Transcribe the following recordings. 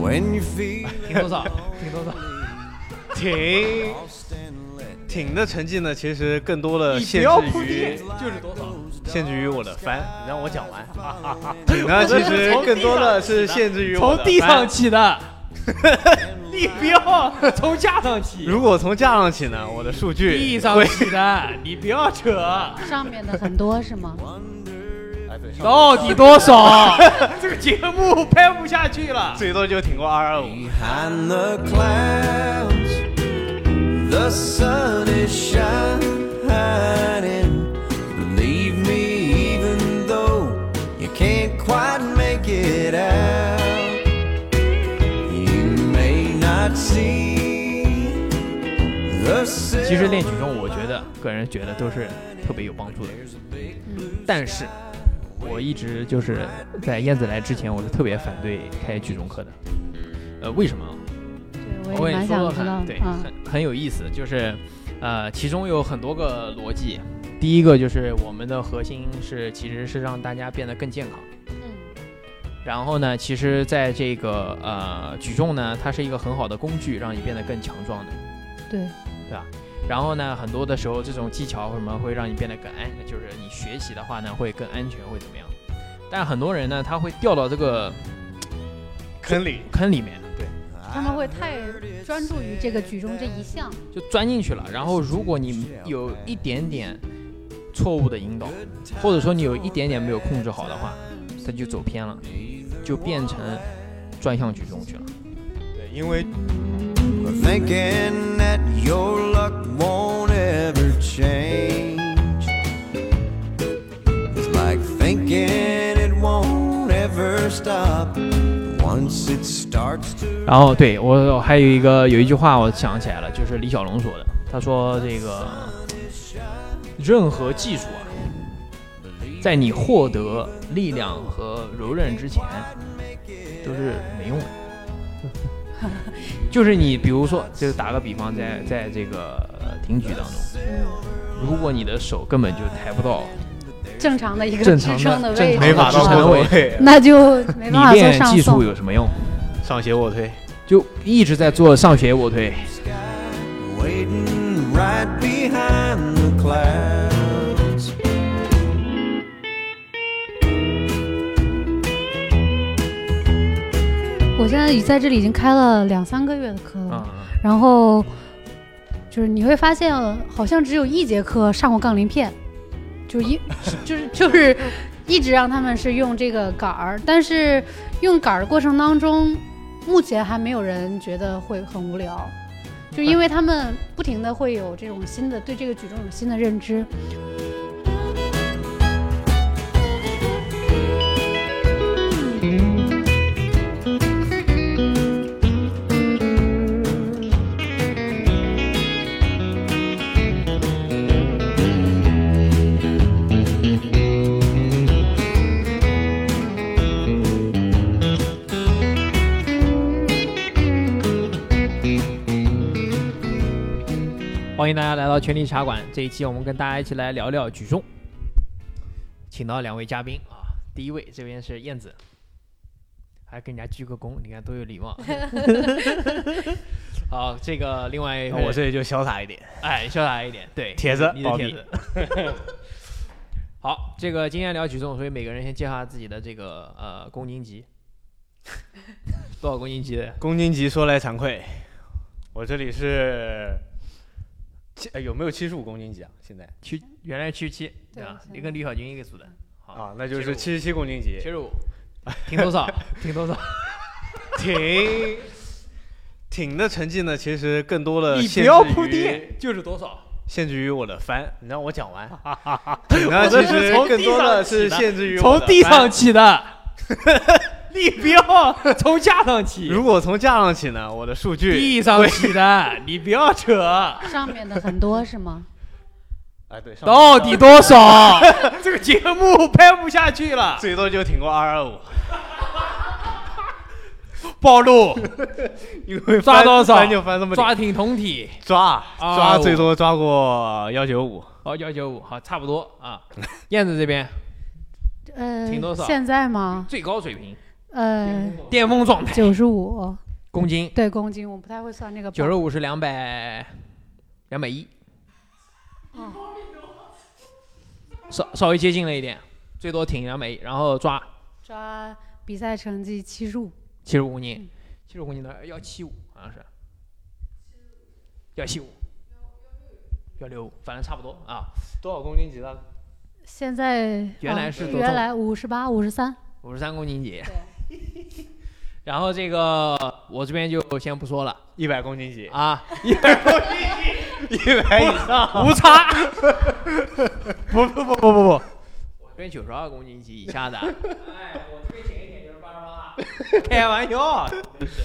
When you feel 停多少？停多少？挺挺的成绩呢，其实更多的你不限要制铺垫于，就是多少？限制于我的翻，你让我讲 完。挺挺呢，其实更多的是限制于 我从的地上翻。起的， 你不要从架上起，如果从架上起呢，我的数据地上会起的， 你不要扯，上面的很多是吗？到底多少？ 这个节目拍不下去了。最多就挺过二二五。 behind the clouds, the sun is shining. Believe me, even though you can't quite make it out, you may not see the 其实 silver 练举重，我觉得个人觉得都是特别有帮助的。但是，我一直就是在燕子来之前，我是特别反对开举重课的。呃，为什么？对，我我跟也你蛮说想说知道看，对，啊。很很有意思，就是呃，其中有很多个逻辑。第一个就是我们的核心是其实是让大家变得更健康。嗯然后呢，其实在这个呃举重呢，它是一个很好的工具，让你变得更强壮的。对，然后呢，很多的时候这种技巧或什么会让你变得更安，就是你学习的话呢会更安全，会怎么样？但很多人呢，他会掉到这个坑里，坑里面，对，他们会太专注于这个举重这一项，就钻进去了。然后如果你有一点点错误的引导，或者说你有一点点没有控制好的话，他就走偏了，就变成专项举重去了。对，因为 thinking that your luck won't ever change. It's like thinking it won't ever stop once it starts to. 然后对我我还有一个有一句话我想起来了，就是李小龙说的，他说这个任何技术啊，在你获得力量和柔韧之前，都是没用的。 就是你比如说，就打个比方，在在这个呃挺举当中，嗯如果你的手根本就抬不到，正常的一个正举常的重的正位常的置，没法到支撑后位位，那就没你 办法做练上技术送。有什么用？ 上斜卧推，就一直在做上斜卧推， Waiting right behind the clouds. 我现在已在这里已经开了两三个月的课了，嗯，然后就是你会发现，好像只有一节课上过杠铃片，就是一 就是就是一直让他们是用这个杆儿，但是用杆儿的过程当中，目前还没有人觉得会很无聊，就因为他们不停的会有这种新的对这个举重有新的认知。欢迎大家来到权力茶馆。这一期我们跟大家一起来聊聊举重，请到两位嘉宾啊。第一位这边是燕子，还跟人家鞠个躬，你看多有礼貌。 好，这个另外一位啊我这里就潇洒一点，哎潇洒一点，对，铁子你，的保帖密子。 好，这个今天聊举重，所以每个人先介绍下自己的这个呃公斤级，多少公斤级的？公斤级说来惭愧，我这里是七、呃有没有七十五公斤级啊？现在七，原来七十七，对吧？现你在跟李小军一个组的，好啊，那就75是七十七公斤级七，十五，停多少？停多少？挺挺的成绩呢，其实更多的你呃限不制要铺于垫，就是多少？限制于我的翻，你让我 讲完。我那这其是实从更地多上的起是的限制于我从的地翻上起 的，你不要从架上起，如果从架上起呢，我的数据地上起 的，你不要扯，上面的很多是 吗？哎对，上到底多 少？ 这个节目拍不下去了。最多就挺过二二五， 暴露， 因为抓翻多少翻就翻这么抓点挺同体，抓225抓最多抓过幺九五，好幺九五，好差不 多啊。燕子这边呃挺多少，现在吗？最高水平呃，巅峰状态，九十五公斤对公斤，我不太会算这个九磅。十五是两百，两百一，嗯稍稍微接近了一点，最多挺两百一，然后抓抓比赛成绩七十五，七十五公斤嗯，七十五公斤的幺七五好像是，幺七五，幺六五，反正差不多啊。多少公斤级的？现在原来是啊多重原来五十八、五十三，五十三公斤级。 然后这个我这边就先不说了一百公斤级，啊，一哎 百以上，无差。 不不不不不不，我这边九十二公斤级以下 的，哎，我这边减一点就是八十八， 开玩笑，真是。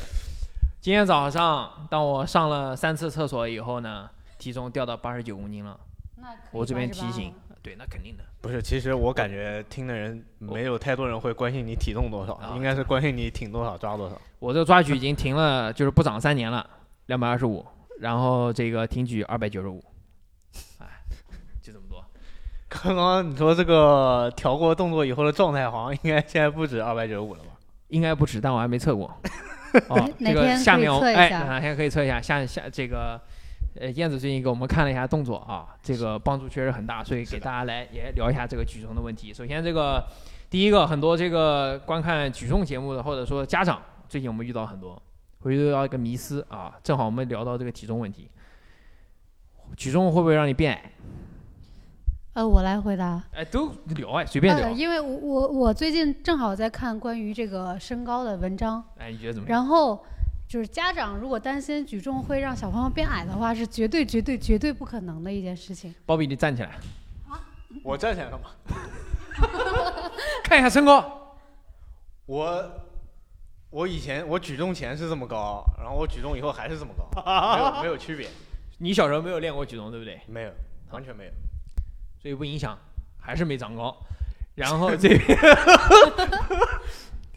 今天早上当我上了三次厕所以后呢，体重掉到八十九公斤了。那可以我这边88提醒了，对，那肯定的。不是，其实我感觉听的人没有太多人会关心你体重多少，啊应该是关心你挺多少抓多少。我这抓举已经停了，就是不涨三年了，两百二十五，然后这个挺举二百九十五，哎，就这么多。刚刚你说这个调过动作以后的状态，好像应该现在不止二百九十五了吧？应该不止，但我还没测 过。哦，哪这个天下可以面我测一哎，下哪天可以测一下？下下这个，呃，燕子最近给我们看了一下动作啊，这个帮助确实很大，所以是给的大家来也聊一下这个举重的问题。首先，这个第一个，很多这个观看举重节目的或者说家长，最近我们遇到很多，我遇到一个迷思啊，正好我们聊到这个体重问题，举重会不会让你变矮？呃，我来回答。哎，都聊哎，随便聊呃，。因为我我我最近正好在看关于这个身高的文章，哎，你觉得怎么样？然后就是家长如果担心举重会让小朋友变矮的话，是绝对绝对绝对不可能的一件事情。包比，你站起来，我站起来干嘛？看一下身高。我我以前我举重前是这么高，然后我举重以后还是这么高，没 有没有区别，你小时候没有练过举重，对不对？没有，完全没有。所以不影响，还是没长高。然后这 个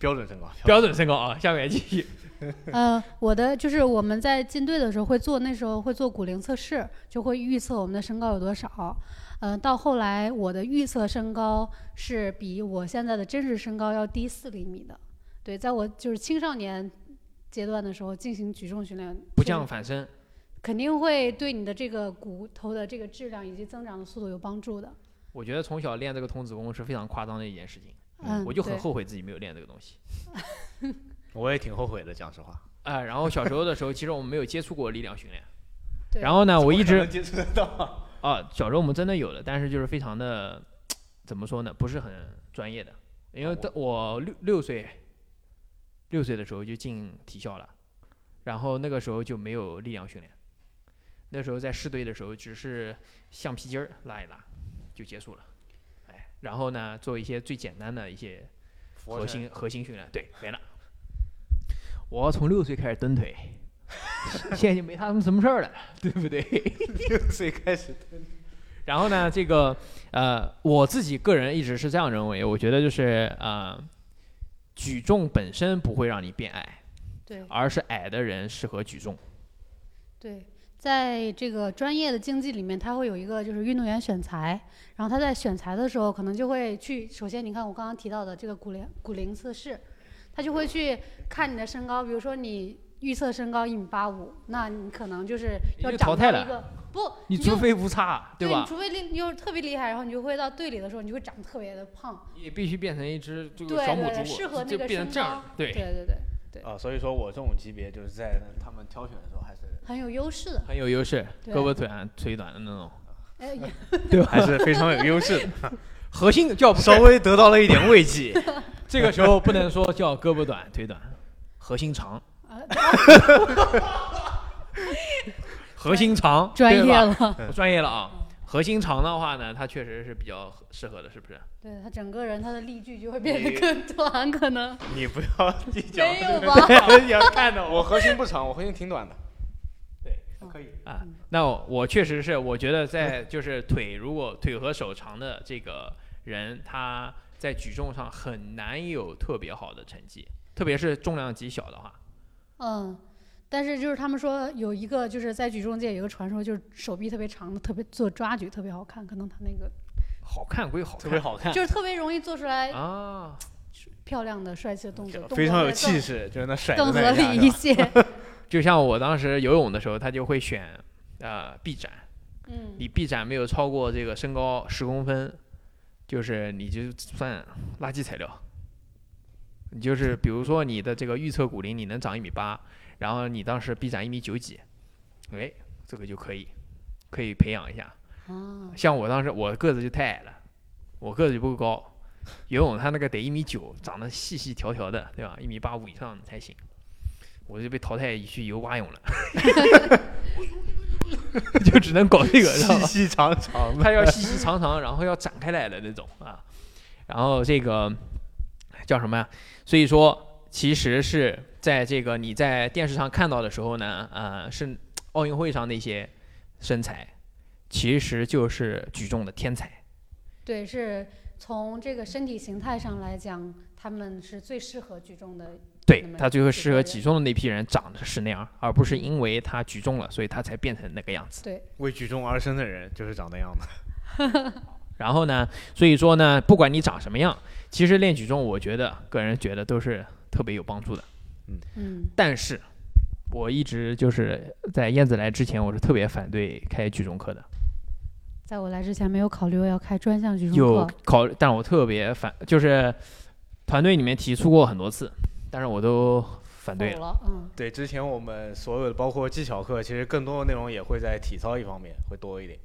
标准身高，标准身高啊，下面继续。 呃，我的就是我们在进队的时候会做，那时候会做骨龄测试，就会预测我们的身高有多少。呃，到后来我的预测身高是比我现在的真实身高要低四厘米的。对，在我就是青少年阶段的时候进行举重训练，不这个降反升，肯定会对你的这个骨头的这个质量以及增长的速度有帮助的。我觉得从小练这个童子功是非常夸张的一件事情，嗯，我就很对后悔自己没有练这个东西。我也挺后悔的，讲实话。啊、然后小时候的时候，其实我们没有接触过力量训练。对然后呢，我一怎么直可能接触得到，啊，小时候我们真的有的，但是就是非常的，怎么说呢，不是很专业的。因为啊当我六六岁，六岁的时候就进体校了，然后那个时候就没有力量训练，那时候在市队的时候只是橡皮筋儿拉一拉就结束了，哎，然后呢做一些最简单的一些核心核心训练，对，没了。我从六岁开始蹬腿， 现在就没他们什么事儿了，对不对？六岁开始然后呢，这个呃，我自己个人一直是这样认为，我觉得就是呃，举重本身不会让你变矮，对而是矮的人适合举重。对，在这个专业的竞技里面，它会有一个就是运动员选材，然后他在选材的时候，可能就会去，首先你看我刚刚提到的这个骨龄骨龄测试，他就会去看你的身高，比如说你预测身高一米八五，那你可能就是要你就长淘汰到了一个不，你就除非无差，对你吧？除非你又特别厉害，然后你就会到队里的时候，你就会长得特别的胖，你必须变成一只这个对小母对对猪，适合那就个变成身这样高，对，对对对，啊，所以说我这种级别就是在他们挑选的时候还是很有优势的，很有优势，对胳膊腿短腿短的那种， 哎，也对吧？ 还是非常有优势的，核心叫不是 稍微得到了一点慰 藉。这个时候不能说叫胳膊短腿短，核心长，啊 核心长，专业对吧了。 我专业了啊。核心长的话呢，它确实是比较合适合的，是不是？对他整个人，他的力距就会变得更短，可能你不 要计较，没有吧？ 你要看的，我核心不长，我核心挺短的。 对，可以。啊，那我我确实是，我觉得在就是腿如果腿和手长的这个人，他在举重上很难有特别好的成绩，特别是重量级小的话，嗯，但是就是他们说有一个就是在举重界有一个传说，就是手臂特别长的，特别做抓举特别好看，可能他那个好看归好看，好看就是特别容易做出来啊，漂亮的、帅气的动 作，非常有气势，势，就是那甩的更那合一下理一是吧些。就像我当时游泳的时候，他就会选呃臂展，嗯，你臂展没有超过这个身高十公分，就是你就算垃圾材料。你就是比如说你的这个预测骨龄你能长一米八，然后你当时臂展一米九几，哎，这个就可以，可以培养一下。啊，像我当时我个子就太矮了，我个子就不够高，游泳他那个得一米九，长得细细条条的，对吧？一米八五以上才行，我就被淘汰去游蛙泳了， 就只能搞这个，知道细吧？ 细 长长的，它要细细长长，然后要展开来的那种啊。然后这个叫什么呀？所以说，其实是在这个你在电视上看到的时候呢，呃，是奥运会上那些身材，其实就是举重的天才。对，是从这个身体形态上来讲，他们是最适合举重的。对那么他最后举适高合人举重的那批人长得是那样，而不是因为他举重了，所以他才变成那个样子。对，为举重而生的人就是长那样的。然后呢，所以说呢，不管你长什么样，其实练举重，我觉得个人觉得都是特别有帮助的。嗯，但是我一直就是在燕子来之前，我是特别反对开举重课的，在我来之前没有考虑过要开专项举重有课。考，但我特别反，就是团队里面提出过很多次，但是我都反对否了。了，嗯，对，之前我们所有的包括技巧课，其实更多的内容也会在体操一方面会多一点，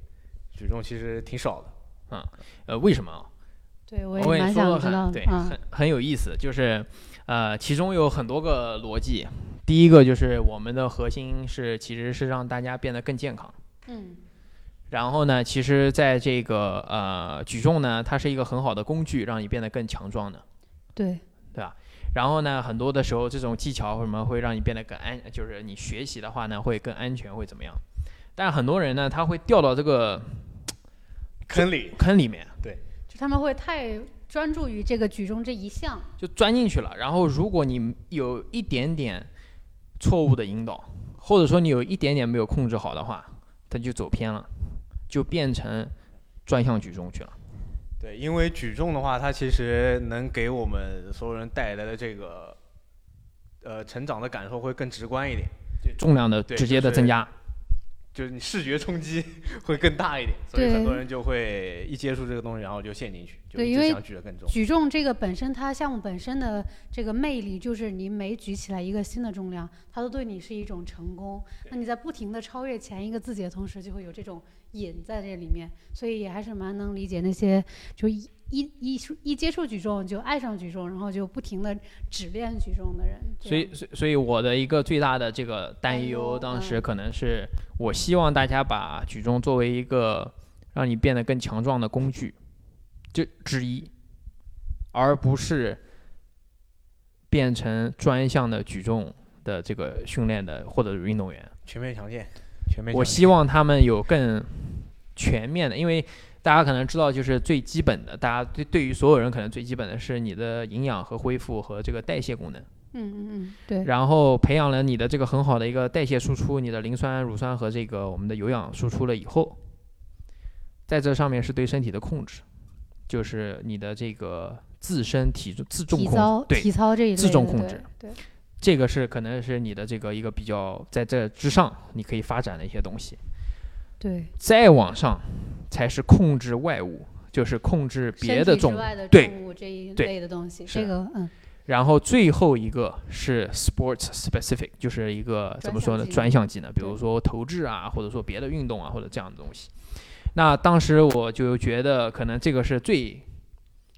举重其实挺少的。呃，为什么啊？对，我我也也蛮说想过知道很的对，啊很。很有意思，就是呃，其中有很多个逻辑。第一个就是我们的核心是其实是让大家变得更健康。嗯，然后呢，其实在这个呃举重呢，它是一个很好的工具，让你变得更强壮的。对，然后呢，很多的时候这种技巧什么会让你变得更安，就是你学习的话呢会更安全，会怎么样？但很多人呢，他会掉到这个坑里，坑里面，就他们会太专注于这个举重这一项。就钻进去了。然后如果你有一点点错误的引导，或者说你有一点点没有控制好的话，他就走偏了，就变成专项举重去了。对，因为举重的话，它其实能给我们所有人带来的这个，呃，成长的感受会更直观一点，重量的对直接的就是增加，就是你视觉冲击 会更大一点，所以对很多人就会一接触这个东西，然后就陷进去，就对一因直为想举得更重。举重这个本身，它项目本身的这个魅力，就是你每举起来一个新的重量，它都对你是一种成功。那你在不停的超越前一个自己的同时，就会有这种瘾在这里面，所以也还是蛮能理解那些就一一一出一接触举重就爱上举重，然后就不停的只练举重的人。这所以，样所以所以我的一个最大的这个担啊担忧，忧当嗯时可能是我希望大家把举重作为一个让你变得更强壮的工具，就之一，而不是变成专项的举重的这个训练的或者是运动员。全面强健，全面强健。我希望他们有更全面的，因为大家可能知道，就是最基本的，大家对对于所有人可能最基本的是你的营养和恢复和这个代谢功能。嗯嗯嗯，对，然后培养了你的这个很好的一个代谢输出，你的磷酸、乳酸和这个我们的有氧输出了以后，在这上面是对身体的控制，就是你的这个自身体重自重体控操制，对，体操这一类自重的控对制对，这个是可能是你的这个一个比较在这之上你可以发展的一些东西，对，再往上才是控制外物，就是控制别身的体之重外的对重物这一对类的东西，是这个嗯，然后最后一个是 sports specific，就是一个怎么说呢，专项技能专项技能，比如说投掷啊，或者说别的运动啊，或者这样的东西。那当时我就觉得，可能这个是最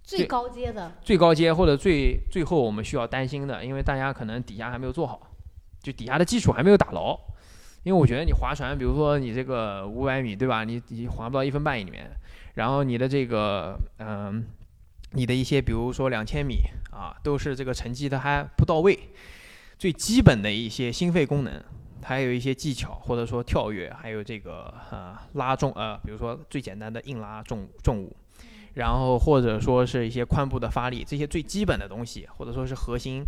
最高阶的，最高阶，或者最最后我们需要担心的，因为大家可能底下还没有做好，就底下的基础还没有打牢。因为我觉得你划船，比如说你这个五百米，对吧？你你划不到一分半一里面，然后你的这个嗯、你的一些比如说两千米啊，都是这个成绩它还不到位，最基本的一些心肺功能，还有一些技巧，或者说跳跃，还有这个呃拉重呃，比如说最简单的硬拉重重物，然后或者说是一些髋部的发力，这些最基本的东西，或者说是核心，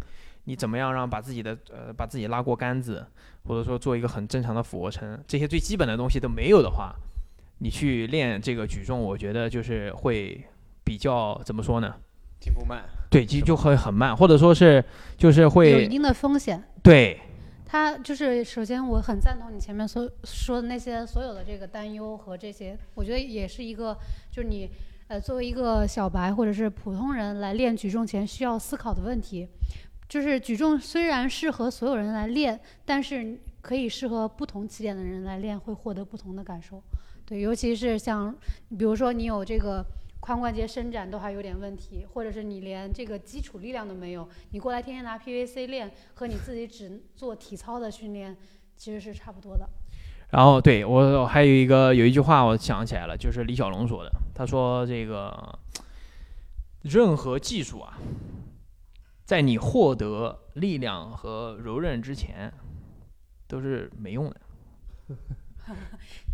你怎么样让把自己的呃把自己拉过杆子，或者说做一个很正常的俯卧撑，这些最基本的东西都没有的话，你去练这个举重，我觉得就是会比较怎么说呢？进步慢。对，就就会很慢，或者说是就是有一会定的风险。对它就是首先，我很赞同你前面所说的那些所有的这个担忧和这些，我觉得也是一个，就是你呃作为一个小白或者是普通人来练举重前需要思考的问题。就是举重虽然适合所有人来练，但是可以适合不同起点的人来练，会获得不同的感受。对，尤其是像比如说你有这个髋关节伸展都还有点问题，或者是你连这个基础力量都没有，你过来天天拿 PVC 练，和你自己只做体操的训练其实是差不多的。然后对我我还有一个有一句话我想起来了，就是李小龙说的，他说这个任何技术啊，在你获得力量和柔韧之前，都是没用的。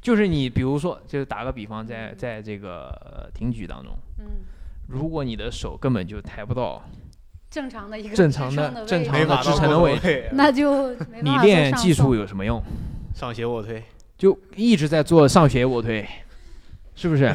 就是你比如说，就是打个比方，在 在这个呃挺举当中，嗯，如果你的手根本就抬不到，正常的一个正常支的撑的位正置常的法支撑的位置，哎那就没办你法做练上技术送有什么用？啊上斜 卧推，就一直在做上斜卧推，是不是？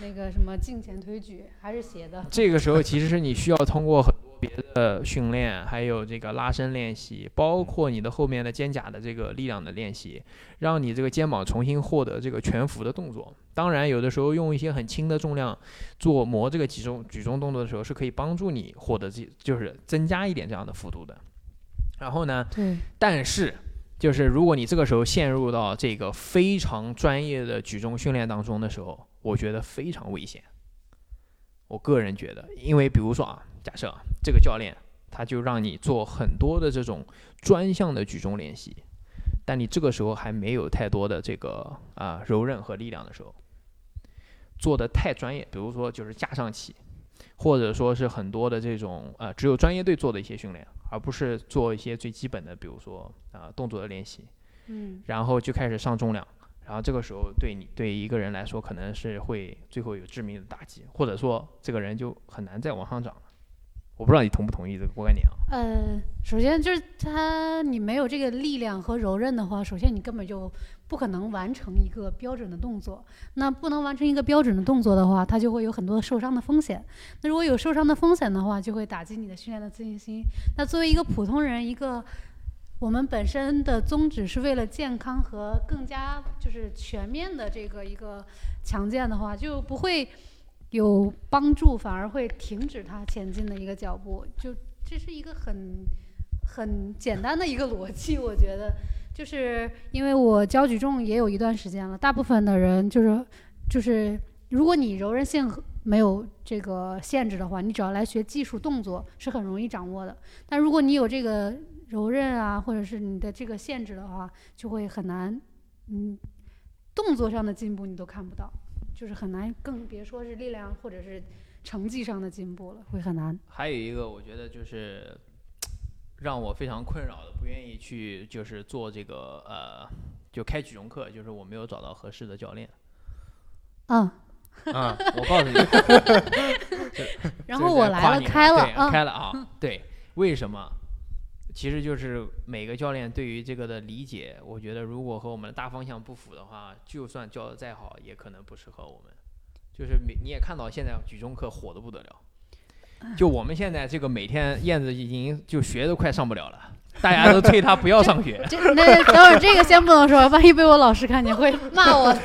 那个什么胫前推举还是斜的，这个时候其实是你需要通过很多别的训练，还有这个拉伸练习，包括你的后面的肩胛的这个力量的练习，让你这个肩膀重新获得这个全幅的动作。当然，有的时候用一些很轻的重量做磨这个举重举重动作的时候，是可以帮助你获得这就是增加一点这样的幅度的。然后呢，对，但是，就是如果你这个时候陷入到这个非常专业的举重训练当中的时候，我觉得非常危险。我个人觉得，因为比如说啊，假设啊这个教练他就让你做很多的这种专项的举重练习，但你这个时候还没有太多的这个啊、柔韧和力量的时候，做的太专业，比如说就是架上起，或者说是很多的这种呃只有专业队做的一些训练，而不是做一些最基本的，比如说啊动作的练习，嗯，然后就开始上重量，然后这个时候对你对一个人来说可能是会最后有致命的打击，或者说这个人就很难再往上涨了。我不知道你同不同意这个观点啊？呃，首先就是它，你没有这个力量和柔韧的话，首先你根本就不可能完成一个标准的动作。那不能完成一个标准的动作的话，它就会有很多受伤的风险。那如果有受伤的风险的话，就会打击你的训练的自信心。那作为一个普通人，一个我们本身的宗旨是为了健康和更加就是全面的这个一个强健的话，就不会有帮助，反而会停止他前进的一个脚步。就这是一个很很简单的一个逻辑，我觉得，就是因为我教举重也有一段时间了，大部分的人就是就是，如果你柔韧性和没有这个限制的话，你只要来学技术动作是很容易掌握的。但如果你有这个柔韧啊，或者是你的这个限制的话，就会很难，嗯，动作上的进步你都看不到，就是很难，更别说是力量或者是成绩上的进步了，会很难。还有一个，我觉得就是让我非常困扰的，不愿意去就是做这个呃，就开举重课，就是我没有找到合适的教练。嗯，啊，我告诉你，这然后是我在来跨了，年开了，对嗯，。开了啊，对，为什么？其实就是每个教练对于这个的理解，我觉得如果和我们的大方向不符的话，就算教的再好，也可能不适合我们。就是每你也看到现在举重课火的不得了，就我们现在这个每天燕子已经就学都快上不了了，大家都催他不要上学这那等会儿这个先不能说，万一被我老师看见会骂我的。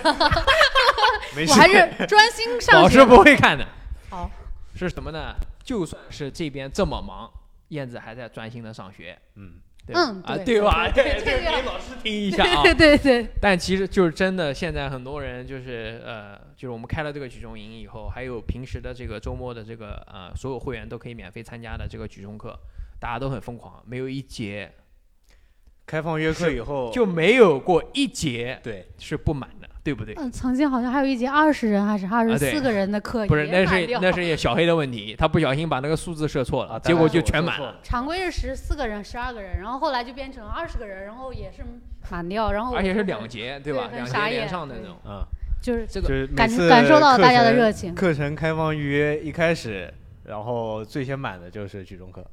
没 事，我还是专心 上老学师。不会看的。 好，是什么呢？就算是这边这么忙，燕子还在专心的上学。嗯，对嗯啊，对对 吧？对 对，对这对个给老师听一下啊 对。对对，但其实就是真的，现在很多人就是呃，就是我们开了这个举重营以后，还有平时的这个周末的这个呃，所有会员都可以免费参加的这个举重课，大家都很疯狂，没有一节开放约课以后就没有过一节对，是不满的，对不对？嗯，曾经好像还有一节二十人还是二十四个人的课，啊不是，也那满是掉那是小黑的问题，他不小心把那个数字设错哦了，啊，结果当然就我全说满错了。常规是十四个人、十二个人，然后后来就变成二十个人，然后也是满掉，然后我而且就是两节，对哦对吧？很两节傻连眼上那对种。嗯，就是这就个是每感次感受到课大家的程热情课程开放预约一开始，然后最先满的就是举重课。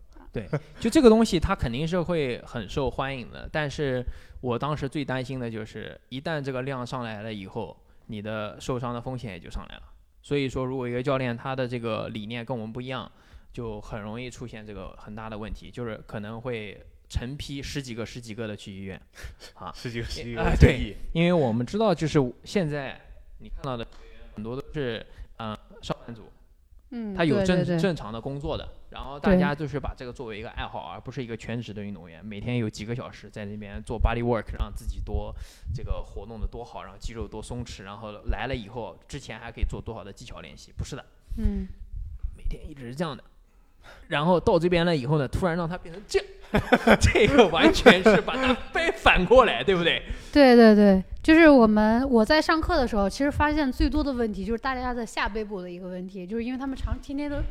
就这个东西，它肯定是会很受欢迎的。但是我当时最担心的就是，一旦这个量上来了以后，你的受伤的风险也就上来了。所以说，如果一个教练他的这个理念跟我们不一样，就很容易出现这个很大的问题，就是可能会成批十几个、十几个的去医院，十几个十几个哎建对议，因为我们知道，就是现在你看到的很多都是嗯、呃上班族，嗯，他有对正对对正常的工作的，然后大对家就是把这个作为一个爱好，而不是一个全职的运动员，每天有几个小时在那边做 body work，让自己多这个活动的多好，然后肌肉多松弛，然后来了以后之前还可以做多好的技巧练习，不是的，嗯，每天一直是这样的。然后到这边了以后呢，突然让他变成这样， 这个完全是把 他掰反过来，对不对？对对对，就是我们我在上课的时候，其实发现最多的问题就是大家的下背部的一个问题，就是因为他们常天天都，对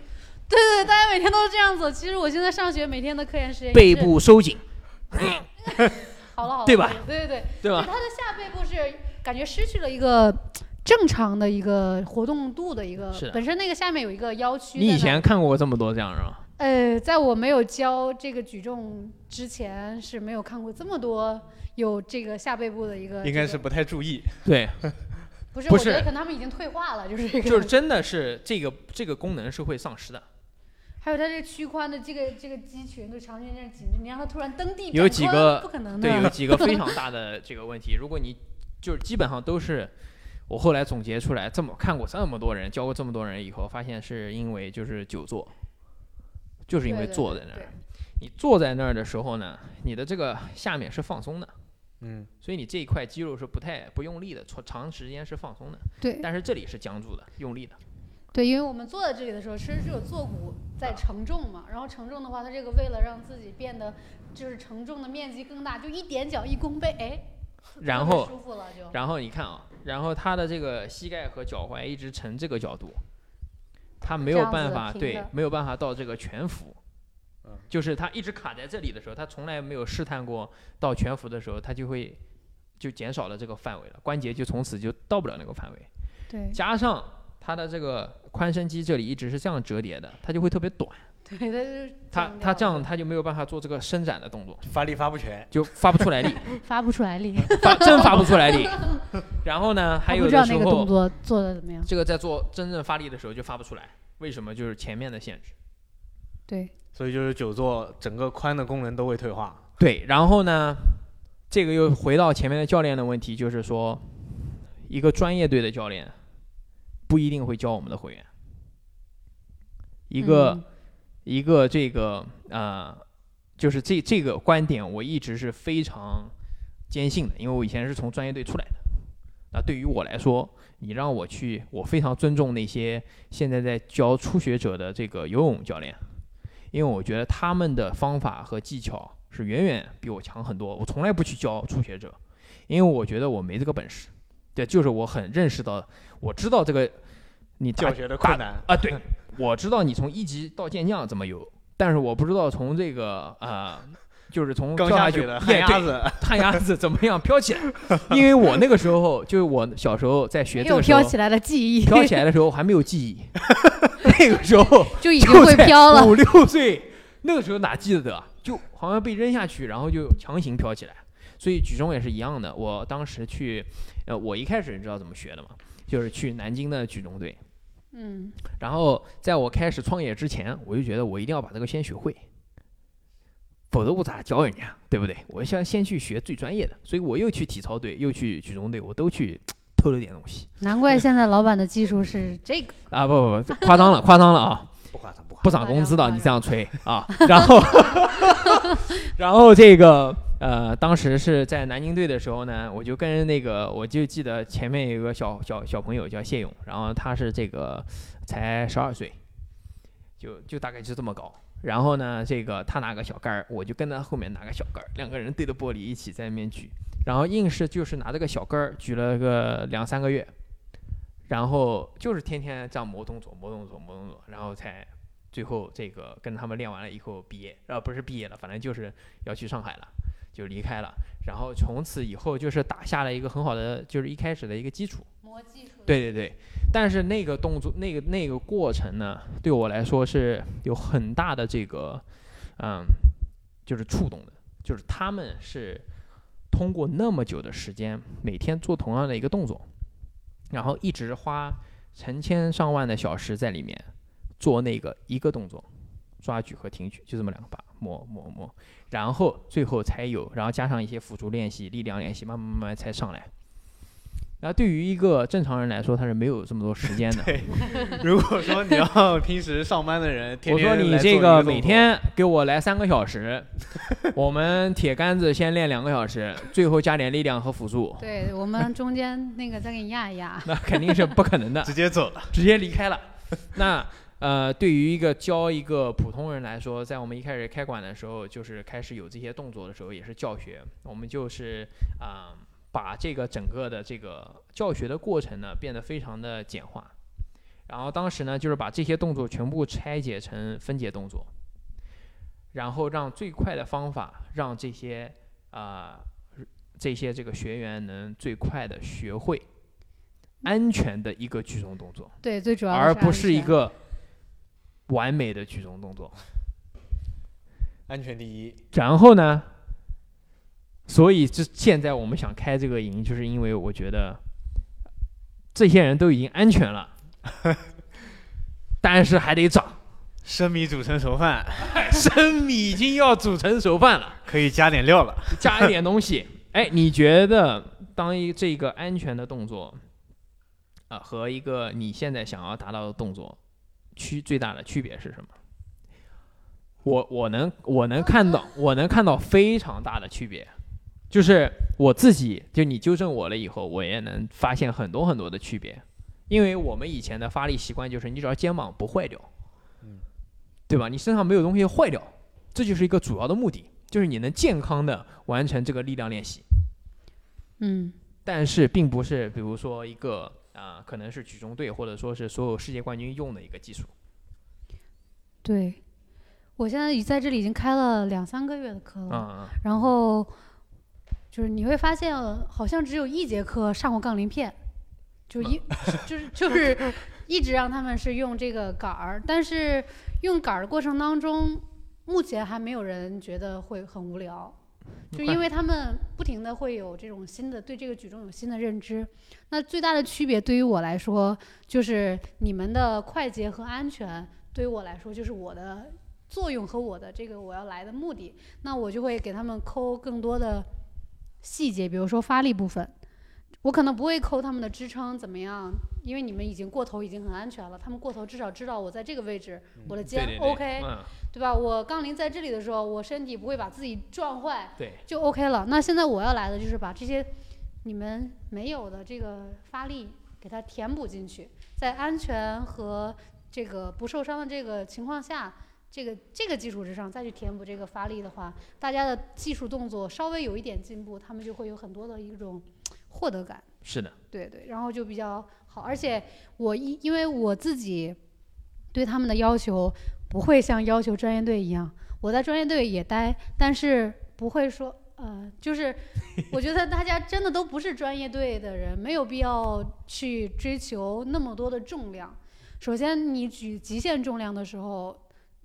对，对大家每天都是这样子。其实我现在上学每天的科研实验也背是部收紧，好了好了，对吧啊对对对，对就吧？他的下背部是感觉失去了一个正常的一个活动度的一个是的，本身那个下面有一个腰区在你那儿。以前看过这么多这样是吧？呃，在我没有教这个举重之前是没有看过这么多有这个下背部的一个，应该这是个不太注意。对，不是？不我觉是得可能他们已经退化了，就是这个。就是真的是这个这个功能是会丧失的。还有他这屈髋的这个这个肌群，就长时间这样紧着，你让他突然蹬地，有几个不可 能的。对，有几个非常大的这个问题，如果你就是基本上都是我后来总结出来，这么看过这么多人，教过这么多人以后，发现是因为就是久坐，就是因为对对坐对在那对儿。你坐在那儿的时候呢，你的这个下面是放松的，嗯，所以你这一块肌肉是不太不用力的，长长时间是放松的。对但是这里是僵住的，用力的。对，因为我们坐在这里的时候，其实是有坐骨在承重嘛。然后承重的话，它这个为了让自己变得就是承重的面积更大，就一踮脚一弓背，哎，然特别后舒服了就。然后你看啊，然后他的这个膝盖和脚踝一直呈这个角度，他没有办法哦这样子的啊对平着，没有办法到这个全幅嗯。就是他一直卡在这里的时候，他从来没有试探过到全幅的时候，他就会就减少了这个范围了，关节就从此就到不了那个范围。对加上他的这个髋伸肌这里一直是这样折叠的，它就会特别短。 对，他它就他这样样他就没有办法做这个伸展的动作，发力发不全，就发不出来力，发不出 来力，发真发不出来 力。然后呢，还我有不知道的时那个候动作做的怎么样。这个在做真正发力的时候就发不出来，为什么？就是前面的限制。对，所以就是久坐整个髋的功能都会退化。对，然后呢，这个又回到前面的教练的问题，就是说，一个专业队的教练不一定会教我们的会员，一个、嗯一个这个呃，就是这这个观点，我一直是非常坚信的，因为我以前是从专业队出来的。那对于我来说，你让我去，我非常尊重那些现在在教初学者的这个游泳教练，因为我觉得他们的方法和技巧是远远比我强很多。我从来不去教初学者，因为我觉得我没这个本事。对，就是我很认识到，我知道这个你打教学的困难，啊，对，我知道你从一级到健将怎么游，但是我不知道从这个啊、呃就是从刚跳下去水的旱对鸭对 子，旱鸭子怎么样飘起来，因为我那个时候就是我小时候在学没这有个时候飘起来的记忆，飘起来的时候还没有记忆，那个时候 就已就经会在飘了。五六岁那个时候哪记得得啊，就好像被扔下去，然后就强行飘起来。所以举重也是一样的，我当时去，呃，我一开始你知道怎么学的吗？就是去南京的举重队，嗯，然后在我开始创业之前，我就觉得我一定要把这个先学会，否则我咋教人家，对不对？我先先去学最专业的，所以我又去体操队，又去举重队，我都去偷了点东西难怪现在老板的技术是这个。啊！不不不，夸张了，夸张了啊！不夸张不夸不涨工资的，你这样吹啊。然后， 然后这个呃，当时是在南京队的时候呢，我就跟那个，我就记得前面有个小小小朋友叫谢勇，然后他是这个才十二岁，就就大概就这么高。然后呢，这个他拿个小杆儿，我就跟他后面拿个小杆儿，两个人对着玻璃一起在那边举，然后硬是就是拿这个小杆儿举了个两三个月，然后就是天天这样磨动作、磨动作、磨动作，然后才最后这个跟他们练完了以后毕业，呃，不是毕业了，反正就是要去上海了，就离开了。然后从此以后就是打下了一个很好的，就是一开始的一个基础。磨技术。对对对，但是那个动作，那个那个过程呢，对我来说是有很大的这个，嗯，就是触动的，就是他们是通过那么久的时间，每天做同样的一个动作，然后一直花成千上万的小时在里面做那个一个动作，抓举和挺举，就这么两个把磨磨磨，然后最后才有，然后加上一些辅助练习、力量练习，慢慢慢慢才上来。然后对于一个正常人来说，他是没有这么多时间 的。如果说你要 平时上班的人，天我天说来你做一这个个每天给我来三个小 时，我们铁杆子先练两个小时，最后加点力量和辅助，对我们中间那个再给你压一压，那肯定是不可能的动作。直接走了，直接离开了。那呃，对于一个教一个普通人来说，在我们一开始开馆的时候，就是开始有这些动作的时候，也是教学。我们就是啊、把这个整个的这个教学的过程呢，变得非常的简化。然后当时呢，就是把这些动作全部拆解成分解动作，然后让最快的方法让这些啊、这些这个学员能最快的学会安全的一个举重动作。对，最主要的而不安是一全个完美的举重动作。安全第一。然后呢，所以这现在我们想开这个营，就是因为我觉得这些人都已经安全了， 但是还得涨，生米煮成熟 饭，生米已经要煮成熟饭了，可以加点料了。加一点东西。 哎，你觉得当一这个安全的动作，啊、和一个你现在想要达到的动作，区最大的区别是什么？我我能我能看到我能看到非常大的区别，就是我自己就你纠正我了以后，我也能发现很多很多的区别，因为我们以前的发力习惯就是你只要肩膀不坏掉，嗯对吧？你身上没有东西坏掉，这就是一个主要的目的，就是你能健康的完成这个力量练习。嗯，但是并不是比如说一个啊、可能是举重队或者说是所有世界冠军用的一个技术。对。我现在已在这里已经开了两三个月的课了，嗯，然后就是你会发现，好像只有一节课上过杠铃片，就一就是就是一直让他们是用这个杆儿，但是用杆儿的过程当中，目前还没有人觉得会很无聊，就因为他们不停的会有这种新的对这个举重有新的认知。那最大的区别对于我来说，就是你们的快捷和安全，对于我来说就是我的作用和我的这个我要来的目的。那我就会给他们抠更多的细节，比如说发力部分，我可能不会抠他们的支撑怎么样，因为你们已经过头，已经很安全了。他们过头至少知道我在这个位置，我的肩嗯对对对 OK，嗯，对吧？我杠铃在这里的时候，我身体不会把自己撞坏，对，就 OK 了。那现在我要来的就是把这些你们没有的这个发力给它填补进去，在安全和这个不受伤的这个情况下，这个这个基础之上再去填补这个发力的话，大家的技术动作稍微有一点进步，他们就会有很多的一种获得感。是的，对对，然后就比较好。而且我一因为我自己对他们的要求不会像要求专业队一样，我在专业队也待，但是不会说。呃，就是我觉得大家真的都不是专业队的人，没有必要去追求那么多的重量。首先，你举极限重量的时候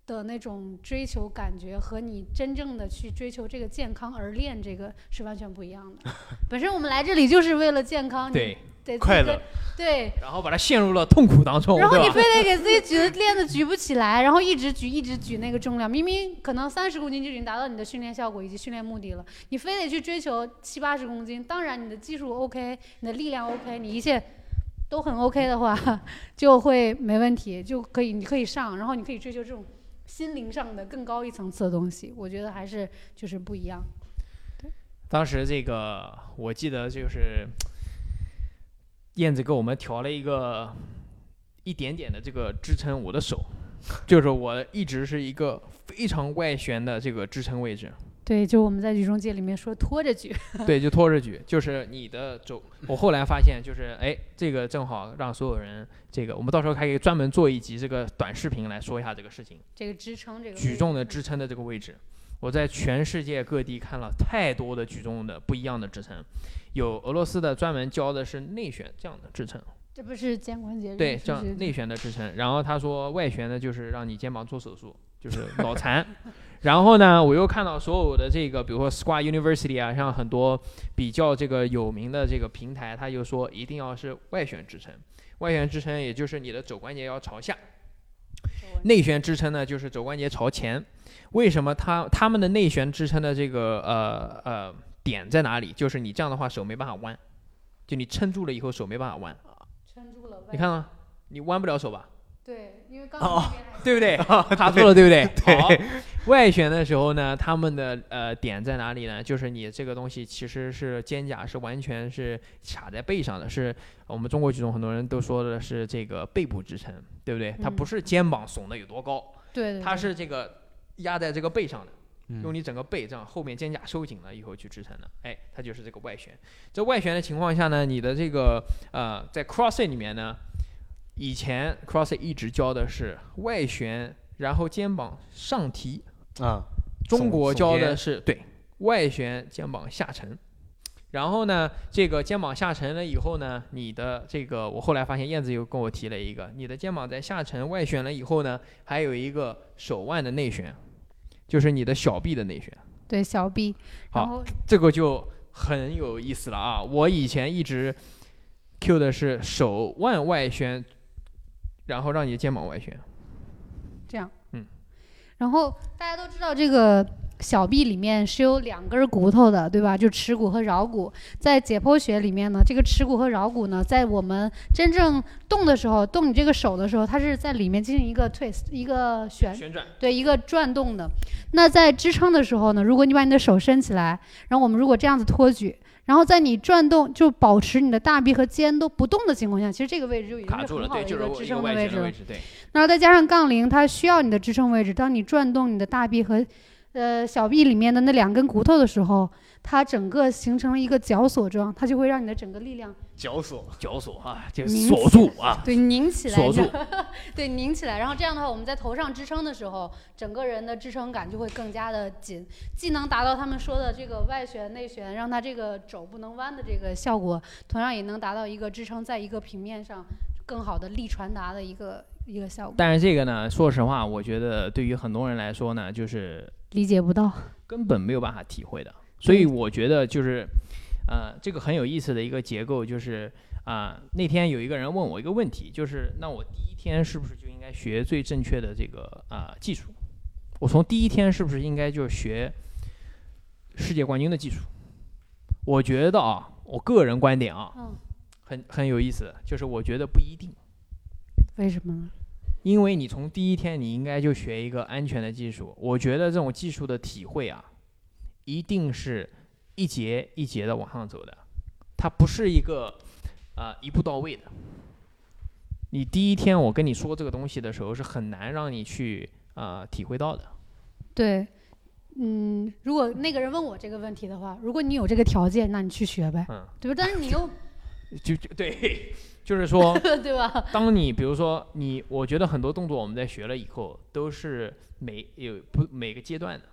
的那种追求感觉，和你真正的去追求这个健康而练这个是完全不一样的。本身我们来这里就是为了健康，你对。对快，自乐己对。然后把它陷入了痛苦当中，然后哦对啊你吧非得给自己举的链子举不起来，然后一直举一直举那个重量，明明可能三十公斤就已经达到你的训练效果以及训练目的了，你非得去追求七八十公斤。当然你的技术 OK，你的力量 OK，你一切都很 OK 的话， 就会没问题，就可以你可以上，然后你可以追求这种心灵上的更高一层次的东西。我觉得还是就是不一样。当时这个我记得就是燕子给我们调了一个一点点的这个支撑我的手，就是我一直是一个非常外旋的这个支撑位置，对，就是我们在举重界里面说拖着举，对，就拖着举，就是你的肘。我后来发现，就是哎，这个正好让所有人，这个我们到时候还可以专门做一集这个短视频来说一下这个事情，这个支撑这个举重的支撑的这个位置。我在全世界各地看了太多的举重的不一样的支撑，有俄罗斯的专门教的是内旋这样的支撑，这不嗯是肩关节对，这样内旋的支撑。然后他说外旋呢，就是让你肩膀做手术，就是脑残。 然后呢，我又看到所有的这个，比如说 Squat University 啊，像很多比较这个有名的这个平台，他就说一定要是外旋支撑。外旋支撑也就是你的肘关节要朝下，内旋支撑呢就是肘关节朝前。为什么它它们的内旋支撑的这个呃呃点在哪里？就是你这样的话手没办法弯，就你撑住了以后手没办法弯。撑住了。你看哦啊，你弯不了手吧？对，因为刚才那边对不 对？他错了，对不啊对？ 好，外旋的时候呢，他们的呃点在哪里呢？就是你这个东西其实是肩胛是完全是卡在背上的，是呃我们中国举重很多人都说的是这个背部支撑，对不对？它不嗯是肩膀耸的有多高，对对，它是这个压在这个背上的，嗯用你整个背这样后面肩胛收紧了以后去支撑的，哎，它就是这个外旋。这外旋的情况下呢，你的这个呃，在 CrossFit 里面呢，以前 CrossFit 一直教的是外旋，然后肩膀上提，啊，中国耸教肩的是对外旋肩膀下沉。然后呢，这个肩膀下沉了以后呢，你的这个我后来发现燕子又跟我提了一个，你的肩膀在下沉外旋了以后呢，还有一个手腕的内旋，就是你的小臂的内旋，对小臂，好然后这个就很有意思了啊！我以前一直 Q 的是手腕外旋，然后让你的肩膀外旋，这样，嗯，然后大家都知道这个小臂里面是有两根骨头的，对吧？就耻骨和桡骨。在解剖学里面呢，这个耻骨和桡骨呢，在我们真正动的时候，动你这个手的时候，它是在里面进行一个 twist，一个旋旋转。对，一个转动的。那在支撑的时候呢，如果你把你的手伸起来，然后我们如果这样子托举，然后在你转动就保持你的大臂和肩都不动的情况下，其实这个位置就已经卡是住了，很好对，的一就是个我支一个撑的外位旋置的了位。置，对，然后再加上杠铃，它需要你的支撑位置。当你转动你的大臂和呃小臂里面的那两根骨头的时候，它整个形成了一个绞索状，它就会让你的整个力量啊绞索，绞索啊，就拧锁起住啊，对拧起来，锁这住样，对拧起来。然后这样的话，我们在头上支撑的时候，整个人的支撑感就会更加的紧，既能达到他们说的这个外旋内旋，让它这个肘不能弯的这个效果，同样也能达到一个支撑在一个平面上更好的力传达的一个一个效果。但是这个呢，说实话，我觉得对于很多人来说呢，就是理解不到，根本没有办法体会的。所以我觉得就是，呃，这个很有意思的一个结构就是啊、那天有一个人问我一个问题，就是那我第一天是不是就应该学最正确的这个啊、技术？我从第一天是不是应该就学世界冠军的技术？我觉得啊，我个人观点啊，嗯，很很有意思，就是我觉得不一定。为什么呢？因为你从第一天你应该就学一个安全的技术。我觉得这种技术的体会啊，一定是一节一节的往上走的，它不是一个啊、呃一步到位的。你第一天我跟你说这个东西的时候，是很难让你去啊、呃体会到的。对，嗯，如果那个人问我这个问题的话，如果你有这个条件，那你去学呗，嗯，对吧？但是你又就就对， 就是说对吧？当你比如说你，我觉得很多动作我们在学了以后，都是每有不每个阶段的。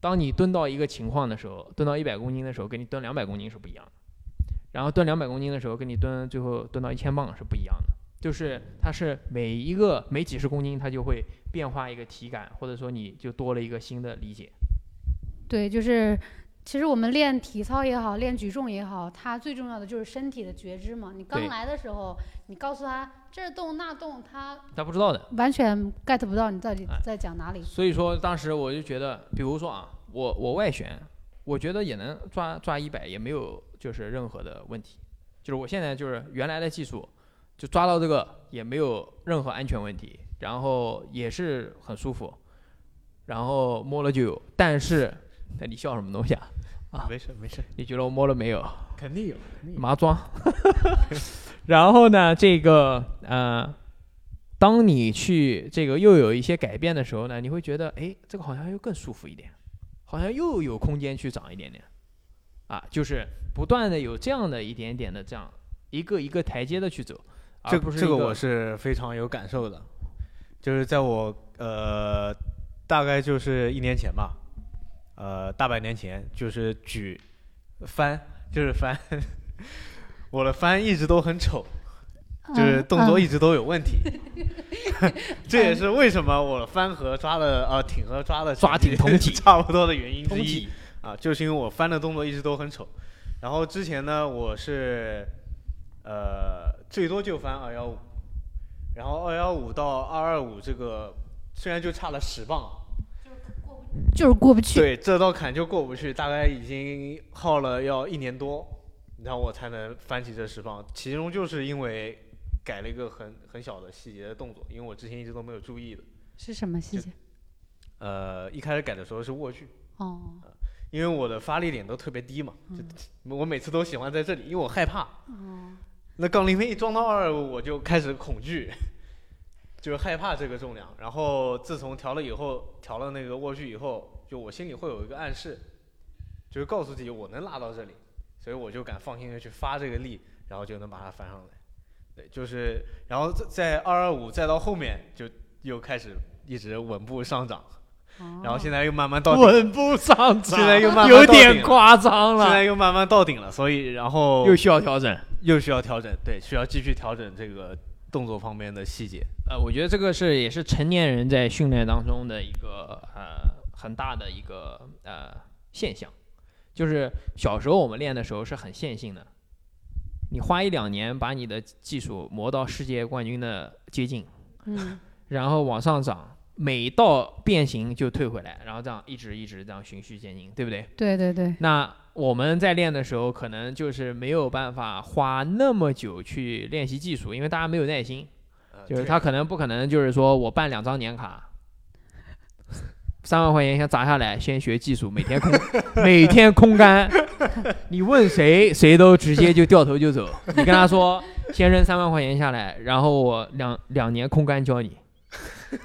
当你蹲到一个情况的时候，蹲到一百公斤的时候，跟你蹲两百公斤是不一样的。然后蹲两百公斤的时候，跟你蹲最后蹲到一千磅是不一样的。就是它是每一个每几十公斤，它就会变化一个体感，或者说你就多了一个新的理解。对，就是其实我们练体操也好，练举重也好，它最重要的就是身体的觉知嘛。你刚对来的时候，你告诉他这儿动那动，他他不知道的，完全 get 不到你到底哎在讲哪里。所以说当时我就觉得，比如说啊，我我外旋，我觉得也能抓抓一百，也没有就是任何的问题。就是我现在就是原来的技术，就抓到这个也没有任何安全问题，然后也是很舒服，然后摸了就有。但是，那你笑什么东西啊？啊没事没事，你觉得我摸了没有？肯定有，肯定有麻装。 然后呢，这个呃，当你去这个又有一些改变的时候呢，你会觉得，哎，这个好像又更舒服一点，好像又有空间去长一点点，啊，就是不断的有这样的一点点的这样一个一个台阶的去走，而这不是这一个个我是非常有感受的，就是在我呃大概就是一年前吧，呃大半年前就是举翻就是翻， 我的翻一直都很丑，就是动作嗯一直都有问 题，这也是为什么我翻和抓的呃挺和抓的抓成挺绩同体 差不多的原因之通一体。啊，就是因为我翻的动作一直都很丑。然后之前呢，我是呃最多就翻二幺五，然后二幺五到二二五这个虽然就差了十磅啊， 就是过不去。对，这道坎就过不去，大概已经耗了要一年多，然后我才能翻起这十磅。其中就是因为改了一个很很小的细节的动作，因为我之前一直都没有注意的。是什么细就节？呃，一开始改的时候是卧锯，哦，因为我的发力点都特别低嘛，就我每次都喜欢在这里，因为我害怕。那杠铃片一装到二，我就开始恐惧， 就是害怕这个重量。然后自从调了以后，调了那个卧锯以后，就我心里会有一个暗示，就是告诉自己我能拉到这里，所以我就敢放心的去发这个力，然后就能把它翻上来。对，就是，然后在在二二五再到后面就又开始一直稳步上涨，哦然后现在又慢慢到顶稳步上涨，现在又慢慢有到顶点了夸张现在了，又慢慢到顶了，所以然后又需要调整。又需要调整，对，需要继续调整这个动作方面的细节。呃，我觉得这个是也是成年人在训练当中的一个呃很大的一个呃现象，就是小时候我们练的时候是很线性的，你花一两年把你的技术磨到世界冠军的接近，嗯，然后往上涨，每到变形就退回来，然后这样一直一直这样循序渐进，对不对？对对对，那我们在练的时候，可能就是没有办法花那么久去练习技术，因为大家没有耐心。呃就是对他可能不可能就是说我办两张年卡，三万块钱先砸下来，先学技术，每天空每天空干， 你问谁谁都直接就掉头就走。你跟他说先扔三万块钱下来，然后我两两年空干教 你。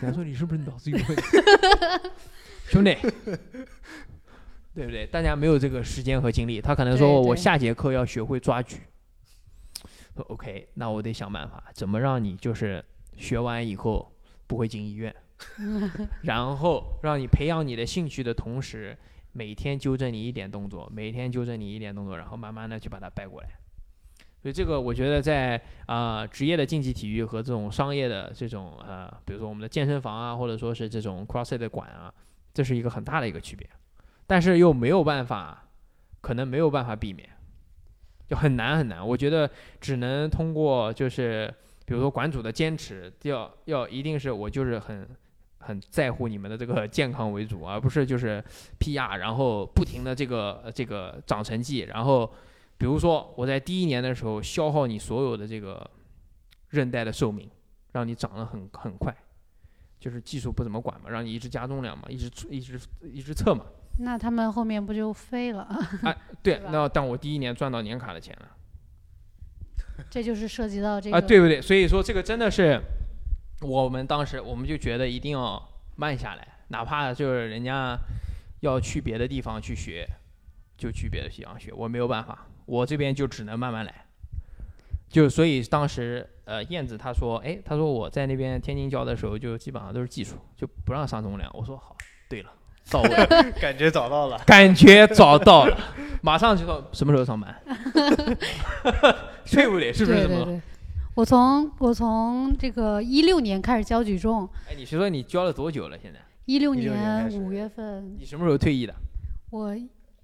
人家说你是不是脑子有问题， 兄弟？对不对？大家没有这个时间和精力，他可能说对对我下节课要学会抓举。说 OK，那我得想办法，怎么让你就是学完以后不会进医 院，然后让你培养你的兴趣的同时，每天纠正你一点动作，每天纠正你一点动作，然后慢慢的去把它掰过来。所以这个我觉得在啊、呃职业的竞技体育和这种商业的这种呃，比如说我们的健身房啊，或者说是这种 CrossFit 的馆啊，这是一个很大的一个区别，但是又没有办法，可能没有办法避免，就很难很难。我觉得只能通过就是比如说馆主的坚持，要要一定是我就是很很在乎你们的这个 健康为主，而不是就是 PR，然后不停的这个呃这个涨成绩，然后比如说我在第一年的时候消耗你所有的这个韧带的寿命，让你长得很很快。就是技术不怎么管嘛，让你一直加重量嘛，一直一直一直测嘛。那他们后面不就废了？ 对对，吧那但我第一年赚到年卡的钱了。这就是涉及到这个啊，对不对？所以说这个真的是我们当时我们就觉得一定要慢下来，哪怕就是人家要去别的地方去学，就去别的地方学，我没有办法，我这边就只能慢慢来。就所以当时呃燕子她说，哎，她说我在那边天津教的时候就基本上都是技术，就不让上重量。我说好，对了，到位 了。 感觉找到了，感觉找到了，马上就说什么时候上 班， 对不对？是不是对这么说？对对，我从我从这个一六年开始教举重，哎，你是说你教了多久了？现在？一六16年开始五月份，你什么时候退役的？我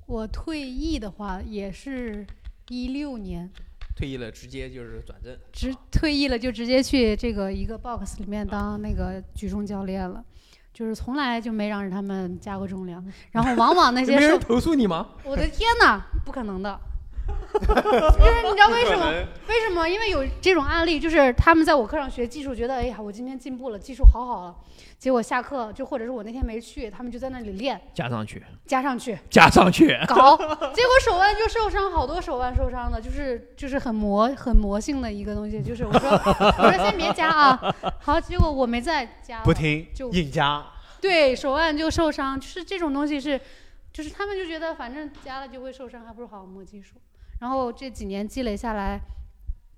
我退役的话也是一六年，退役了直接就是转正，直退役了就直接去这个一个 box 里面当那个举重教练了。就是从来就没让他们加过重量，然后 往往那些没受人投诉你吗？我的天哪，不可能的！就是你知道为什么？为什么？因为有这种案例，就是他们在我课上学技术，觉得哎呀，我今天进步了，技术好好了。结果下课就或者是我那天没去，他们就在那里练，加上去，加上去 加上 去，搞，结果手腕就受伤，好多手腕受伤的，就是就是很魔很魔性的一个东西。就是我说我说先别加啊，好，结果我没再加了，不听就硬加，对手腕就受伤，就是这种东西是，就是他们就觉得反正加了就会受伤，还不如好好磨技术。然后这几年积累下来，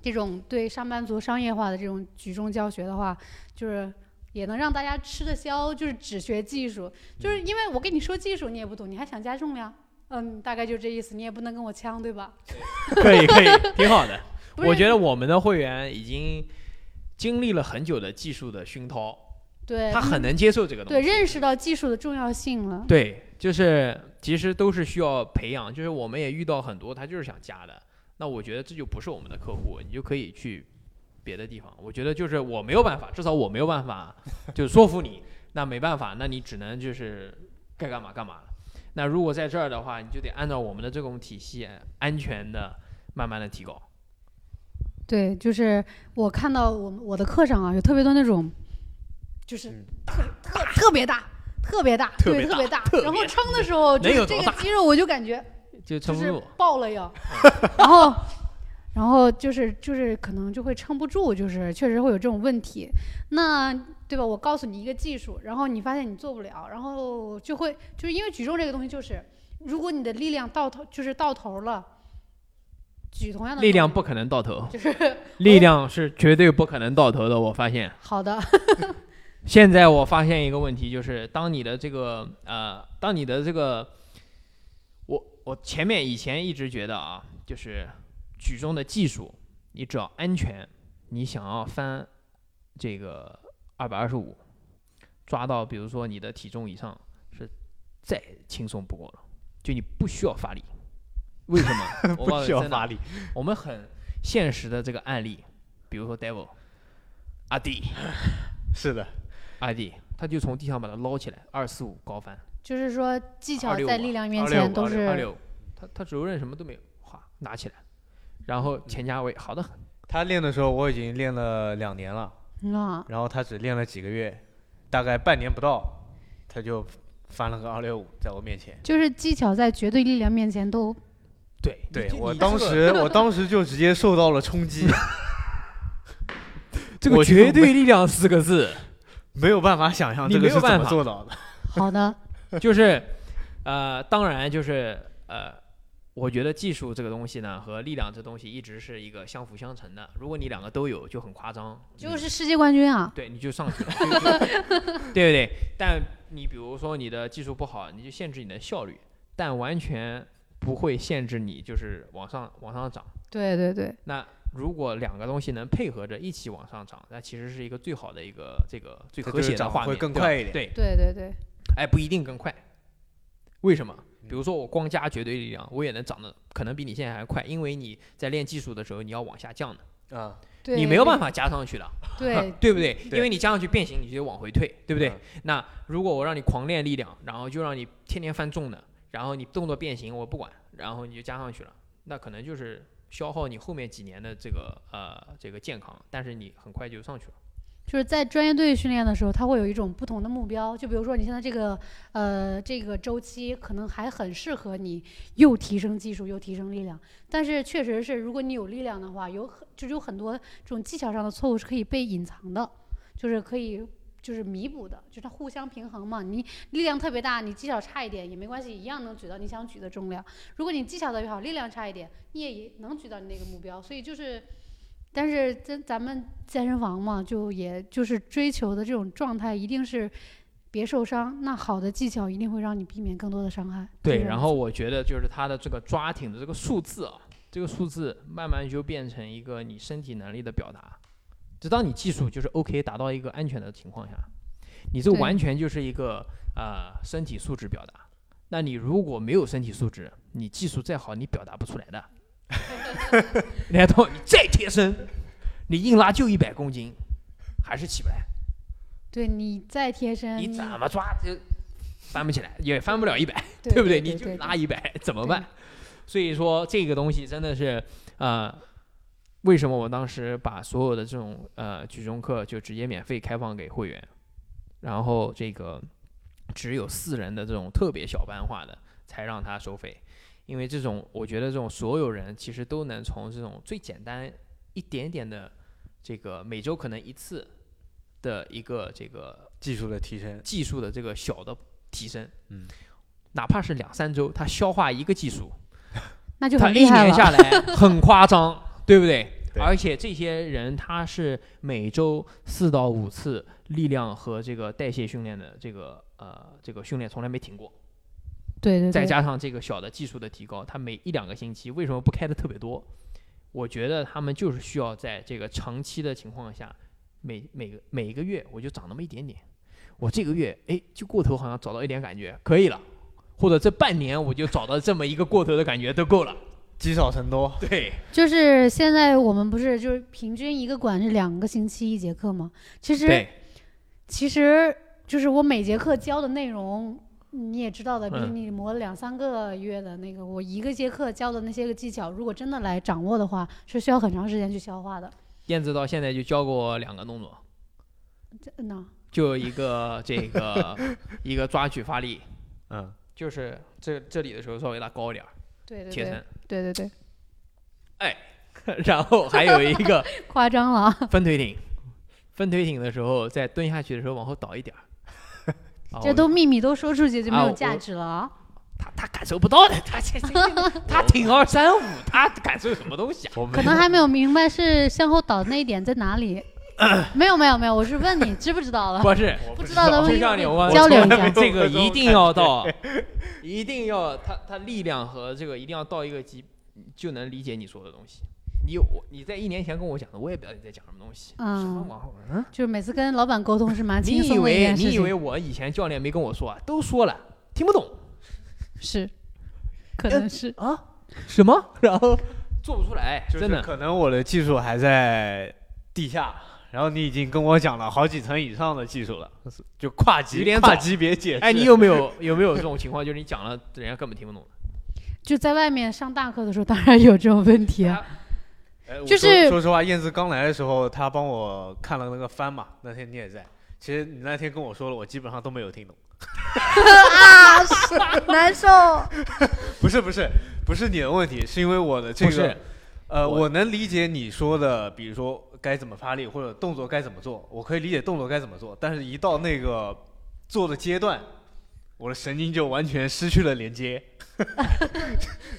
这种对上班族商业化的这种举重教学的话，就是也能让大家吃得消，就是只学技术，就是因为我跟你说技术你也不懂，你还想加重量，嗯，大概就这意思，你也不能跟我呛，对吧？可以 可以，挺好的。不我是觉得我们的会员已经经历了很久的技术的熏陶，对嗯他很能接受这个东对西。认识到技术的重要性了，对，就是其实都是需要培养，就是我们也遇到很多他就是想加的，那我觉得这就不是我们的客户，你就可以去别的地方。我觉得就是我没有办法，至少我没有办法就说服你，那没办法，那你只能就是该干嘛干嘛了。那如果在这儿的话，你就得按照我们的这种体系，安全的慢慢的提高。对，就是我看到我我的课上啊，有特别多那种，就是嗯特、特特别大，特别大，特别对，特大别大。特别然后撑的 时候，就能有是多这大个肌肉我就 感觉就就撑不是住，嗯爆了要， 然后然后就是就是可能就会撑不住，就是确实会有这种问题。那对吧？我告诉你一个技术，然后你发现你做不了，然后就会就是因为举重这个东西，就是如果你的力量到头就是到头了，举同样的力量重不可能到头，就是 力量是绝对不可能到头的。我发现，好的，现在我发现一个问题，就是当你的这个呃，当你的这个，我我前面以前一直觉得啊，就是举重的技术，你只要安全，你想要翻这个二百二十五，抓到比如说你的体重以上，是再轻松不过了，就你不需要发力。为什么？我告 不诉你需要真的发力，我们很现实的这个案例，比如说 Devil，阿弟。是的，阿弟，他就从地上把他捞起来，二四五高翻，就是说技巧265在力量面265前都二是六，他他柔韧什么都没有，哗拿起来，然后钱家伟好的很，他练的时候我已经练了两年了，啊，然后他只练了几个月，大概半年不到，他就翻了个二六五在我面前。就是技巧在绝对力量面前都对对你就我你当这个时，我当时就直接受到了冲 击，这个我就绝没对力量四个字，没有办法想象你这个没有是怎办么法做到的。好 的，就是呃，当然就是呃，我觉得技术这个东西呢和力量这东西一直是一个相辅相成的，如果你两个都有就很夸张，就是世界冠军啊，对，你就上去了， 就就对不对？但你比如说你的技术不好，你就限制你的效率，但完全不会限制你就是往上往上涨。对对对，那如果两个东西能配合着一起往上涨，那其实是一个最好的一个这个最它和就是谐的长画会面，更对吧快一点对，对对对，哎，不一定更快，为什么？比如说我光加绝对力量，我也能长得可能比你现在还快，因为你在练技术的时候你要往下降的，啊，对你没有办法，法加上去的。 对对不对？对因为你加上去变形，你就往回退，对不对？嗯那如果我让你狂练力量，然后就让你天天翻重的，然后你动作变形我不管，然后你就加上去了，那可能就是消耗你后面几年的这个呃这个健康，但是你很快就上去了。就是在专业队训练的时候，他会有一种不同的目标。就比如说你现在这个呃这个周期，可能还很适合你又提升技术又提升力量。但是确实是，如果你有力量的话，有很就是有很多这种技巧上的错误是可以被隐藏的，就是可以。就是弥补的，就是它互相平衡嘛。你力量特别大，你技巧差一点也没关系，一样能举到你想举的重量。如果你技巧特别好，力量差一点，你也也能举到你那个目标。所以就是但是咱咱们健身房嘛，就也就是追求的这种状态，一定是别受伤。那好的技巧一定会让你避免更多的伤害。对，是然后我觉得就是它的这个抓挺的这个数字啊，这个数字慢慢就变成一个你身体能力的表达。只当你技术就是 OK 达到一个安全的情况下，你这对完全就是一个呃身体素质表达。那你如果没有身体素质，你技术再好，你表达不出来的。你还懂？你再贴身，你硬拉就一百公斤，还是起不来。对你再贴身，你怎么抓就翻不起来，也翻不了一百。对不对？你就对拉一百怎么对办？所以说这个东西真的是，呃，为什么我当时把所有的这种呃举重课就直接免费开放给会员，然后这个只有四人的这种特别小班化的才让他收费，因为这种我觉得这种所有人其实都能从这种最简单一点点的这个每周可能一次的一个这个技术的提升，技术的这个小的提升，嗯，哪怕是两三周，他消化一个技术，那就他很一厉害年了。下 来很夸张，对不对？对而且这些人他是每周四到五次力量和这个代谢训练的这个呃这个训练从来没停过，对对对，再加上这个小的技术的提高，他每一两个星期为什么不开的特别多？我觉得他们就是需要在这个长期的情况下，每每个每一个月我就长那么一点点，我这个月哎就过头好像找到一点感觉，可以了，或者这半年我就找到这么一个过头的感觉都够了，积少成多。对，就是现在我们不是就是平均一个馆是两个星期一节课吗？其实对，其实就是我每节课教的内容。你也知道的，比嗯你磨两三个月的那个，我一个节课教的那些个技巧，如果真的来掌握的话，是需要很长时间去消化的。燕子到现在就教过我两个动作，这那就一个这个一个抓举发力，嗯，就是这这里的时候稍微拉高一点儿，对对贴对身， 对对对，然后还有一个夸张了啊！分腿挺，分腿挺的时候在蹲下去的时候往后倒一点儿， 啊这我都秘密都说出去就没啊有我价值了 啊！他他感受不到的，他 他挺二三五，他感受什么东 西啊？我们可能还没有明白是向后倒的那一点在 哪里。没有没有没有，我是问你知不知道了？不是，不知道的问就像你我交流一我从来下这没。个一定要 到，一定要他他力量和这个一定要到一个级，就能理解你说的东西。你我你在一年前跟我讲的，我也不知道你在讲什么东西。什么嗯，往后？嗯，就是每次跟老板沟通是蛮啊轻你以松的一为件你事以为情，我以前教练没跟我说啊？都说了，听不懂是，可能是啊？什么？然后做不出来，就是真的。可能我的技术还在地下，然后你已经跟我讲了好几层以上的技术了，就跨级有点早跨级别 解释。哎，你有没有有没有这种情况？就是你讲了，人家根本听不懂。就在外面上大课的时候，当然有这种问题啊。哎我就说是说实话，燕子刚来的时候，她帮我看了那个番嘛，那天你也在。其实你那天跟我说了，我基本上都没有听懂。啊，是难受。 不是不是不是你的问题，是因为我的这不个是，呃，我我能理解你说的，比如说该怎么发力或者动作该怎么做，我可以理解动作该怎么做，但是一到那个做的阶段，我的神经就完全失去了连接。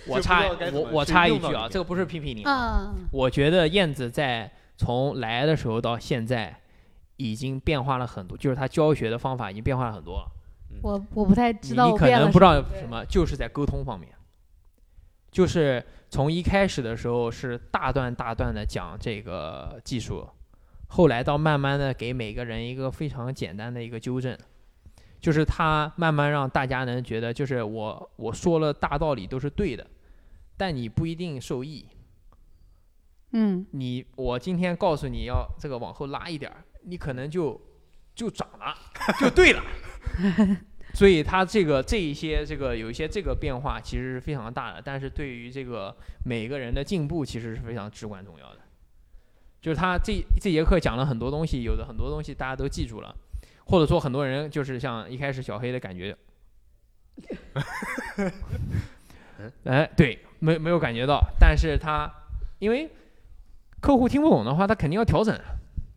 我就不插知道该怎我么我去插一用到句里啊，面这个不是批评你啊，嗯，我觉得燕子在从来的时候到现在，已经变化了很多，就是她教学的方法已经变化了很多了。我我不太知你道你我可变能了不知道对什么，就是在沟通方面，就是从一开始的时候是大段大段的讲这个技术，后来到慢慢的给每个人一个非常简单的一个纠正，就是他慢慢让大家能觉得，就是我我说了大道理都是对的，但你不一定受益。嗯，你我今天告诉你要这个往后拉一点儿，你可能就就长了，就对了。所以它这个这一些这个有一些这个变化其实是非常大的，但是对于这个每个人的进步其实是非常至关重要的。就是他这这节课讲了很多东西，有的很多东西大家都记住了，或者说很多人就是像一开始小黑的感觉，哎，对，没没有感觉到，但是他因为客户听不懂的话，他肯定要调整，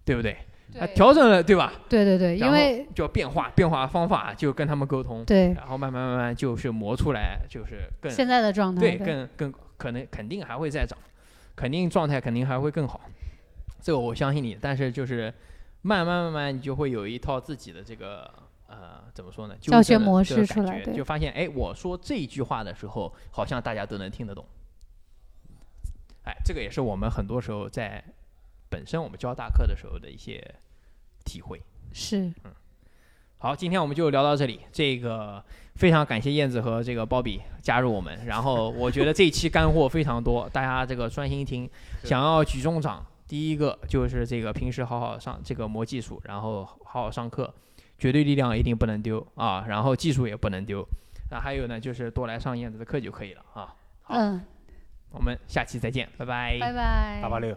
对不对？他啊调整了，对吧？对对对，然因后为就要变化，变化方法就跟他们沟通，对然后慢慢慢慢就是磨出来，就是更现在的状态，对更更可能肯定还会再涨，肯定状态肯定还会更好，这个我相信你。但是就是慢慢慢慢，你就会有一套自己的这个呃怎么说呢？教学纠正的模这个式出感来觉对就发现哎，我说这句话的时候，好像大家都能听得懂。哎，这个也是我们很多时候在本身我们教大课的时候的一些体会。是好，今天我们就聊到这里。这个非常感谢燕子和这个鲍比加入我们，然后我觉得这一期干货非常多，大家这个专心听。是想要举重掌，第一个就是这个平时好好上这个磨技术，然后好好上课，绝对力量一定不能丢啊，然后技术也不能丢。那还有呢，就是多来上燕子的课就可以了啊。好嗯，我们下期再见，拜拜拜，八八六。